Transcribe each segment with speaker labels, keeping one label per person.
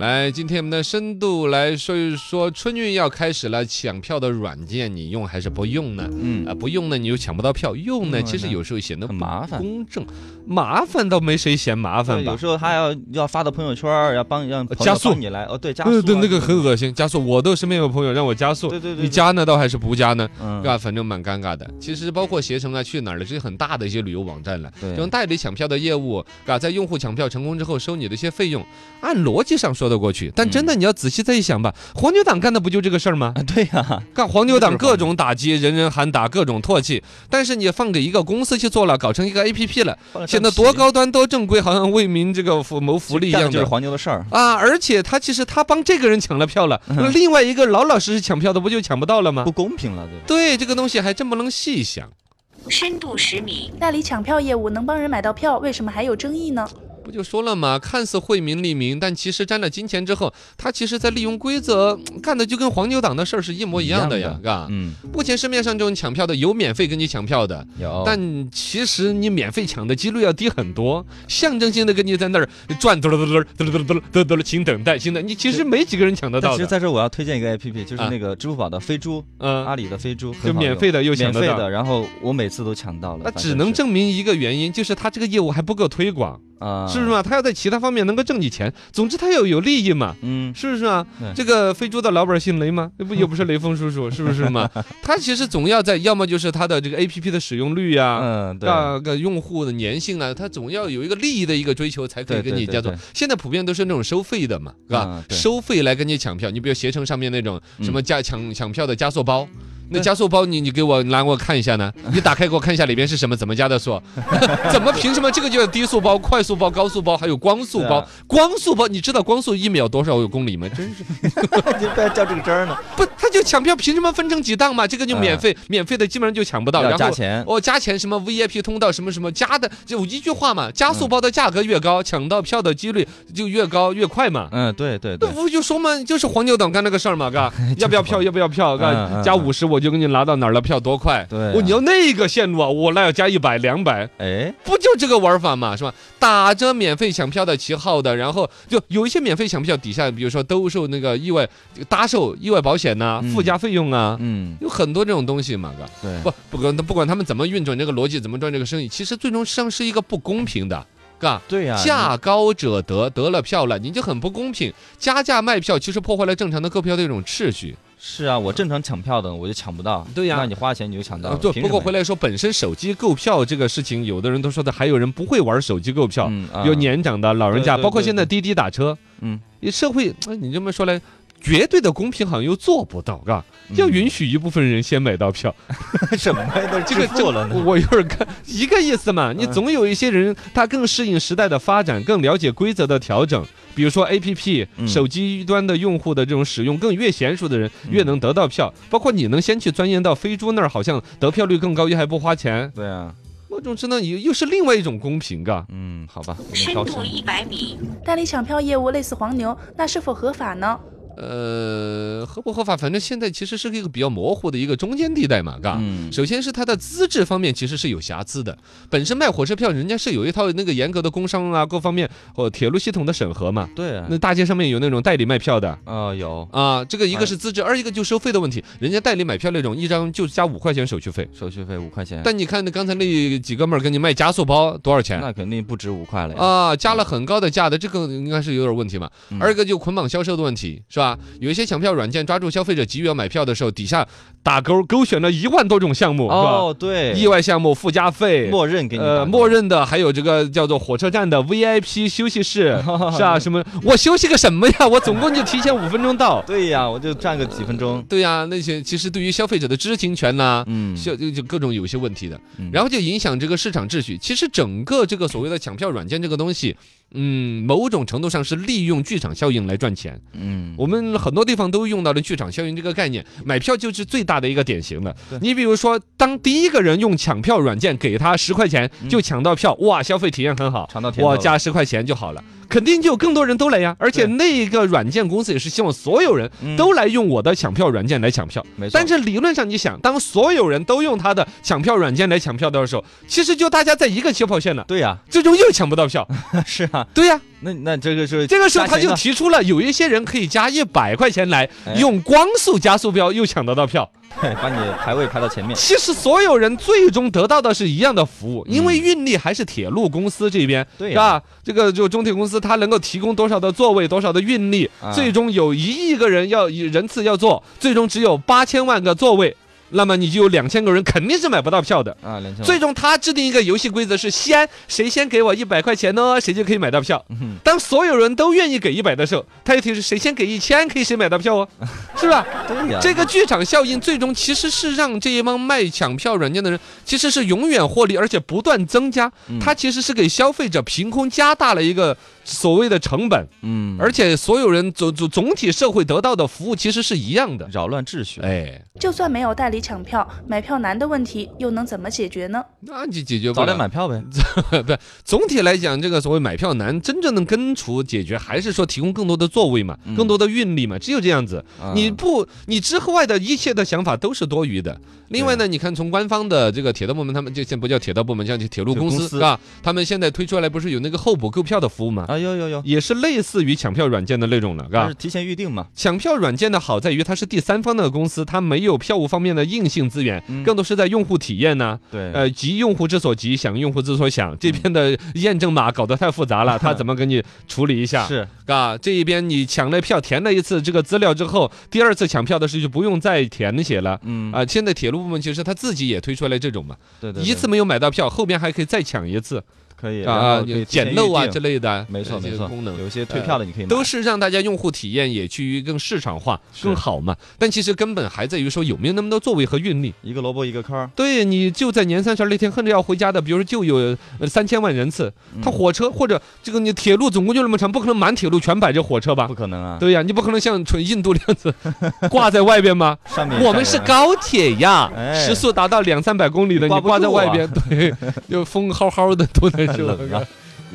Speaker 1: 来，今天我们的深度来说一说，春运要开始了，抢票的软件你用还是不用呢？
Speaker 2: 嗯
Speaker 1: 啊，不用呢你就抢不到票，用呢
Speaker 2: 用呢
Speaker 1: 其实有时候显得
Speaker 2: 很
Speaker 1: 不
Speaker 2: 麻烦
Speaker 1: 公正，麻烦倒没谁嫌麻烦
Speaker 3: 对
Speaker 1: 吧呃
Speaker 3: 有？时候他要要发到朋友圈儿，要帮让朋友
Speaker 1: 加速
Speaker 3: 帮你来哦，对，加速、
Speaker 1: 对
Speaker 3: 啊。
Speaker 1: 对，那个
Speaker 3: 这
Speaker 1: 很恶心，加速。我都身边有朋友让我加速，
Speaker 3: 对对对
Speaker 1: 你
Speaker 3: 对
Speaker 1: 加呢倒还是不加呢？
Speaker 3: 嗯
Speaker 1: 对吧？反正蛮尴尬的。其实包括携程啊、去哪儿了这些很大的一些旅游网站了，
Speaker 3: 对
Speaker 1: 这种代理抢票的业务，啊，在用户抢票成功之后收你的一些费用，按逻辑上说得过去。但真的你要仔细再一想吧，黄牛党干的不就这个事儿吗？
Speaker 3: 嗯啊，对呀、
Speaker 1: 干黄牛党
Speaker 3: 就是黄
Speaker 1: 各
Speaker 3: 牛
Speaker 1: 种打击，人人喊打，各种唾弃。但是你放给一个公司去做了，搞成一个 APP 了，
Speaker 3: 放了
Speaker 1: 显
Speaker 3: 张
Speaker 1: 得多
Speaker 3: 旗
Speaker 1: 高端、多正规，好像为民这个福谋福利一
Speaker 3: 干的
Speaker 1: 样
Speaker 3: 就是
Speaker 1: 的。
Speaker 3: 黄牛的事儿。
Speaker 1: 啊，而且他其实他帮这个人抢了票了，另外一个老老实实抢票的不就抢不到了吗
Speaker 3: 嗯不？公平了，对吧？
Speaker 1: 对，这个东西还真不能细想。
Speaker 4: 深度十米，
Speaker 5: 代理抢票业务能帮人买到票，为什么还有争议呢？
Speaker 1: 不就说了吗？看似惠民利民，但其实沾了金钱之后，他其实在利用规则嗯干的就跟黄牛党的事儿是一模一样的呀，嘎。
Speaker 3: 嗯，
Speaker 1: 目前市面上这种抢票的有免费跟你抢票的，
Speaker 3: 有，
Speaker 1: 但其实你免费抢的几率要低很多，象征性的跟你在那儿转嘟噜嘟噜嘟噜嘟噜嘟噜嘟噜嘟噜，请等待，请等，你其实没几个人抢得
Speaker 3: 但
Speaker 1: 到
Speaker 3: 其实
Speaker 1: 的，
Speaker 3: 在这儿我要推荐一个 APP，就是
Speaker 1: 啊
Speaker 3: 那个支付宝的飞猪，阿
Speaker 1: 嗯，
Speaker 3: 里的飞猪，
Speaker 1: 就
Speaker 3: 啊很好用
Speaker 1: 免费的又抢
Speaker 3: 免
Speaker 1: 得
Speaker 3: 费
Speaker 1: 到
Speaker 3: 的，。然后我每次都抢到了，
Speaker 1: 那
Speaker 3: 反
Speaker 1: 只
Speaker 3: 正
Speaker 1: 能
Speaker 3: 是
Speaker 1: 证明一个原因，就是他这个业务还不够推广，
Speaker 3: 啊，
Speaker 1: 是不是？嘛？他要在其他方面能够挣你钱，总之他要有利益嘛。
Speaker 3: 嗯，
Speaker 1: 是不是啊
Speaker 3: 对？
Speaker 1: 这个非洲的老板姓雷吗？又不又不是雷锋叔叔，是不是 嘛？他其实总要在，要么就是他的这个 A P P 的使用率呀、
Speaker 3: 嗯，对，
Speaker 1: 那个用户的粘性啊，他总要有一个利益的一个追求，才可以
Speaker 3: 对对
Speaker 1: 跟你
Speaker 3: 对
Speaker 1: 叫做
Speaker 3: 对。
Speaker 1: 现在普遍都是那种收费的嘛，是吧
Speaker 3: 啊？对嗯
Speaker 1: 收费来跟你抢票，你比如携程上面那种什么加抢抢票的加速包。那
Speaker 3: 对
Speaker 1: 加速包你你给我拿我看一下呢，你打开给我看一下里边是什么，怎么加的 速，怎么凭什么这个就叫低速包、快速包、高速包，还有光速
Speaker 3: 对啊
Speaker 1: 包？光速包你知道光速一秒多少公里吗？真是
Speaker 3: 你不要较这个真儿呢，
Speaker 1: 不，他就抢票凭什么分成几档嘛？这个就免费，免费的基本上就抢不到，
Speaker 3: 啊要
Speaker 1: 然
Speaker 3: 加
Speaker 1: 后。
Speaker 3: 钱，
Speaker 1: 哦，加钱什么 VIP 通道什么什么加的，就一句话嘛，加
Speaker 3: 嗯
Speaker 1: 速包的价格越高，抢到票的几率就越高越快嘛。
Speaker 3: 嗯，对对
Speaker 1: 那
Speaker 3: 对，
Speaker 1: 不就说嘛，就是黄牛党干那个事儿嘛， 嘎，要不要票？要不要票？
Speaker 3: 嗯
Speaker 1: 嘎，
Speaker 3: 嗯
Speaker 1: 加
Speaker 3: 嗯
Speaker 1: 五十我就给你拿到哪儿了票，多快！
Speaker 3: 对
Speaker 1: 我
Speaker 3: 啊
Speaker 1: 你要那个线路啊，我那要加一百两百，
Speaker 3: 哎，
Speaker 1: 不就这个玩法嘛，是吧？打着免费抢票的旗号的，然后就有一些免费抢票底下，比如说兜售那个意外搭售意外保险呐、
Speaker 3: 嗯
Speaker 1: 附加费用啊，
Speaker 3: 嗯，
Speaker 1: 有很多这种东西嘛，嘎。
Speaker 3: 对，
Speaker 1: 不不管不管他们怎么运转这个逻辑，怎么赚这个生意，其实最终实际上是一个不公平的，嘎。
Speaker 3: 对呀，
Speaker 1: 价高者得，得了票了，你就很不公平。加价卖票其实破坏了正常的购票的一种秩序。
Speaker 3: 是啊，我正常抢票的我就抢不到，
Speaker 1: 对呀
Speaker 3: 那你花钱你就抢到
Speaker 1: 啊
Speaker 3: 了，
Speaker 1: 对，
Speaker 3: 凭
Speaker 1: 不
Speaker 3: 什
Speaker 1: 过
Speaker 3: 么
Speaker 1: 回
Speaker 3: 呀
Speaker 1: 来说，本身手机购票这个事情，有的人都说的，还有人不会玩手机购票，
Speaker 3: 嗯啊
Speaker 1: 有年长的老人家，
Speaker 3: 对对
Speaker 1: 包括
Speaker 3: 对
Speaker 1: 现在滴滴打车，
Speaker 3: 嗯，
Speaker 1: 社会，哎你这么说来。绝对的公平好像又做不到，嘎，要
Speaker 3: 嗯
Speaker 1: 允许一部分人先买到票，
Speaker 3: 什么呀？都
Speaker 1: 这个
Speaker 3: 致富了
Speaker 1: 这
Speaker 3: 呢？
Speaker 1: 我有点看一个意思嘛。你
Speaker 3: 嗯
Speaker 1: 总有一些人，他更适应时代的发展，更了解规则的调整。比如说 A P P
Speaker 3: 嗯
Speaker 1: 手机端的用户的这种使用，更越娴熟的人越能得到票。包括你能先去钻研到飞猪那儿，好像得票率更高，又还不花钱，
Speaker 3: 对啊，
Speaker 1: 某种程度又又是另外一种公平，嘎。
Speaker 3: 嗯，好吧，我们
Speaker 4: 深
Speaker 3: 挑
Speaker 4: 度
Speaker 3: 选。
Speaker 4: 一百米，
Speaker 5: 代理抢票业务类似黄牛，那是否合法呢？
Speaker 1: 呃，合不合法？反正现在其实是一个比较模糊的一个中间地带嘛，嘎。
Speaker 3: 嗯，
Speaker 1: 首先是它的资质方面其实是有瑕疵的，本身卖火车票人家是有一套那个严格的工商啊各方面哦铁路系统的审核嘛，
Speaker 3: 对啊
Speaker 1: 那，大街上面有那种代理卖票的。
Speaker 3: 啊有
Speaker 1: 啊，这个一个
Speaker 3: 哎
Speaker 1: 是资质，二一个就收费的问题。人家代理买票那种，一张就加五块钱手续费。
Speaker 3: 手续费五块钱，
Speaker 1: 但你看那刚才那几哥们儿给你卖加速包多少钱
Speaker 3: 那肯定不止五块了呀。
Speaker 1: 啊？加了很高的价的，这个应该是有点问题嘛。
Speaker 3: 嗯
Speaker 1: 二一个就捆绑销售的问题，是吧？有一些抢票软件抓住消费者急于要买票的时候，底下打勾勾选了一万多种项目，是吧？
Speaker 3: 哦对，
Speaker 1: 意外项目、附加费，
Speaker 3: 默认给你打
Speaker 1: 呃，
Speaker 3: 勾
Speaker 1: 默认的还有这个叫做火车站的 VIP 休息 室，是啊，什么？我休息个什么呀？我总共就提前五分钟到。
Speaker 3: 对呀，我就站个几分钟。
Speaker 1: 对呀、那些其实对于消费者的知情权呐、
Speaker 3: 嗯，
Speaker 1: 消就就各种有一些问题的，
Speaker 3: 嗯
Speaker 1: 然后就影响这个市场秩序。其实整个这个所谓的抢票软件这个东西，嗯，某种程度上是利用剧场效应来赚钱。
Speaker 3: 嗯，
Speaker 1: 我们很多地方都用到了剧场效应这个概念，买票就是最大的一个典型的
Speaker 3: 对。
Speaker 1: 你比如说，当第一个人用抢票软件给他十块钱
Speaker 3: 嗯
Speaker 1: 就抢到票，哇，消费体验很好，
Speaker 3: 尝到甜头
Speaker 1: 我
Speaker 3: 了
Speaker 1: 加十块钱就好了，肯定就有更多人都来呀。而且
Speaker 3: 对
Speaker 1: 那个软件公司也是希望所有人
Speaker 3: 嗯
Speaker 1: 都来用我的抢票软件来抢票。
Speaker 3: 没错，
Speaker 1: 但是理论上，你想，当所有人都用他的抢票软件来抢票的时候，其实就大家在一个起跑线了，
Speaker 3: 对呀，
Speaker 1: 最终又抢不到票。
Speaker 3: 是啊，
Speaker 1: 对呀、
Speaker 3: 那那这个是
Speaker 1: 这个时候
Speaker 3: 加
Speaker 1: 他
Speaker 3: 钱
Speaker 1: 就
Speaker 3: 了
Speaker 1: 提出了，有一些人可以加一百块钱来
Speaker 3: 哎
Speaker 1: 用光速加速标，又抢得到票。
Speaker 3: 把你排位排到前面，
Speaker 1: 其实所有人最终得到的是一样的服务，因为运力还是铁路公司这边，
Speaker 3: 嗯对
Speaker 1: 是
Speaker 3: 呀
Speaker 1: 吧？这个就中铁公司，它能够提供多少的座位，多少的运力
Speaker 3: 啊，
Speaker 1: 最终有一亿个人要人次要坐，最终只有八千万个座位，那么你就有两千个人肯定是买不到票的。
Speaker 3: 啊，两千
Speaker 1: 最终他制定一个游戏规则是先谁先给我一百块钱呢，谁就可以买到票。
Speaker 3: 嗯
Speaker 1: 当所有人都愿意给一百的时候，他又提出谁先给一千，可以谁买到 票哦，是吧？
Speaker 3: 对呀，
Speaker 1: 这个剧场效应最终其实是让这一帮卖抢票软件的人，其实是永远获利，而且不断增加。
Speaker 3: 嗯
Speaker 1: 它其实是给消费者凭空加大了一个所谓的成本，
Speaker 3: 嗯，
Speaker 1: 而且所有人总总总体社会得到的服务其实是一样的。
Speaker 3: 扰乱秩序，
Speaker 1: 哎，
Speaker 5: 就算没有代理抢票、买票难的问题，又能怎么解决呢？
Speaker 1: 那就解决不
Speaker 3: 早
Speaker 1: 了
Speaker 3: 点。买票呗，
Speaker 1: 不是，总体来讲，这个所谓买票难，真正能根除解决，还是说提供更多的座位嘛，
Speaker 3: 嗯
Speaker 1: 更多的运力嘛，只有这样子。
Speaker 3: 啊
Speaker 1: 你不，你之后外的一切的想法都是多余的。另外呢，你看从官方的这个铁道部门，他们就现不叫铁道部门，叫铁路公
Speaker 3: 铁路
Speaker 1: 司
Speaker 3: 公司
Speaker 1: 啊，他们现在推出来不是有那个候补购票的服务吗？
Speaker 3: 啊，有有有，
Speaker 1: 也是类似于抢票软件的那种了，
Speaker 3: 它
Speaker 1: 嘎
Speaker 3: 是。提前预定嘛，
Speaker 1: 抢票软件的好在于它是第三方的公司，它没有票务方面的硬性资源，
Speaker 3: 嗯
Speaker 1: 更多是在用户体验呢、
Speaker 3: 对，
Speaker 1: 呃，急用户之所急，想用户之所
Speaker 3: 嗯
Speaker 1: 想。这边的验证码搞得太复 杂了，他怎么给你处理一下？
Speaker 3: 是
Speaker 1: 啊，这一边你抢了票，填了一次这个资料之后，第二次抢票的时候就不用再填写了。
Speaker 3: 嗯
Speaker 1: 啊，现在铁路部门其实他自己也推出来这种嘛，
Speaker 3: 对对，对
Speaker 1: 一次没有买到票，后边还可以再抢一次
Speaker 3: 可以
Speaker 1: 啊
Speaker 3: 然后
Speaker 1: 啊
Speaker 3: 可以，提前
Speaker 1: 捡漏啊
Speaker 3: 预定
Speaker 1: 之类的，
Speaker 3: 没错
Speaker 1: 呃这
Speaker 3: 没
Speaker 1: 些
Speaker 3: 错，
Speaker 1: 功能
Speaker 3: 有一些退票的你可以买，
Speaker 1: 都是让大家用户体验也趋于更市场化、更好嘛。但其实根本还在于说有没有那么多座位和运力。
Speaker 3: 一个萝卜一个坑儿，
Speaker 1: 对你就在年三十儿那天恨着要回家的，比如说就有呃三千万人次，
Speaker 3: 嗯
Speaker 1: 他火车或者这个你铁路总共就那么长，不可能满铁路全摆着火车吧
Speaker 3: 不？可能啊，
Speaker 1: 对呀、你不可能像纯印度那样子 挂在外边吗？
Speaker 3: 上面
Speaker 1: 我们是
Speaker 3: 上面
Speaker 1: 高铁呀，
Speaker 3: 哎
Speaker 1: 时速达到两三百公里的，
Speaker 3: 你挂
Speaker 1: 你
Speaker 3: 不
Speaker 1: 挂在
Speaker 3: 住
Speaker 1: 外
Speaker 3: 啊
Speaker 1: 边，对，就风齁齁的，多难受
Speaker 3: 冷啊！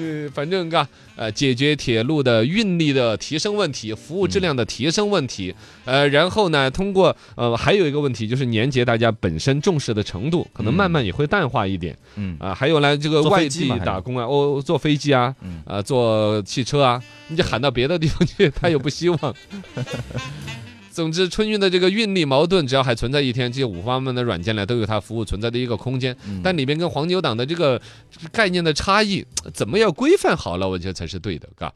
Speaker 1: 呃，反正嘎，呃，解决铁路的运力的提升问题，服务质量的提升问题，呃，然后呢，通过呃，还有一个问题就是年节大家本身重视的程度，可能慢慢也会淡化一点
Speaker 3: 嗯
Speaker 1: 啊、还有呢，这个
Speaker 3: 坐飞
Speaker 1: 外
Speaker 3: 机
Speaker 1: 地
Speaker 3: 嘛还
Speaker 1: 打
Speaker 3: 有
Speaker 1: 工啊，哦，坐飞机啊，
Speaker 3: 嗯
Speaker 1: 啊，坐汽车啊，你就喊到别的地方去，他也不希 望。总之，春运的这个运力矛盾，只要还存在一天，这些五方面的软件呢，都有它服务存在的一个空间。
Speaker 3: 嗯
Speaker 1: 但里面跟黄牛党的这个概念的差异，怎么要规范好了，我觉得才是对的，嘎。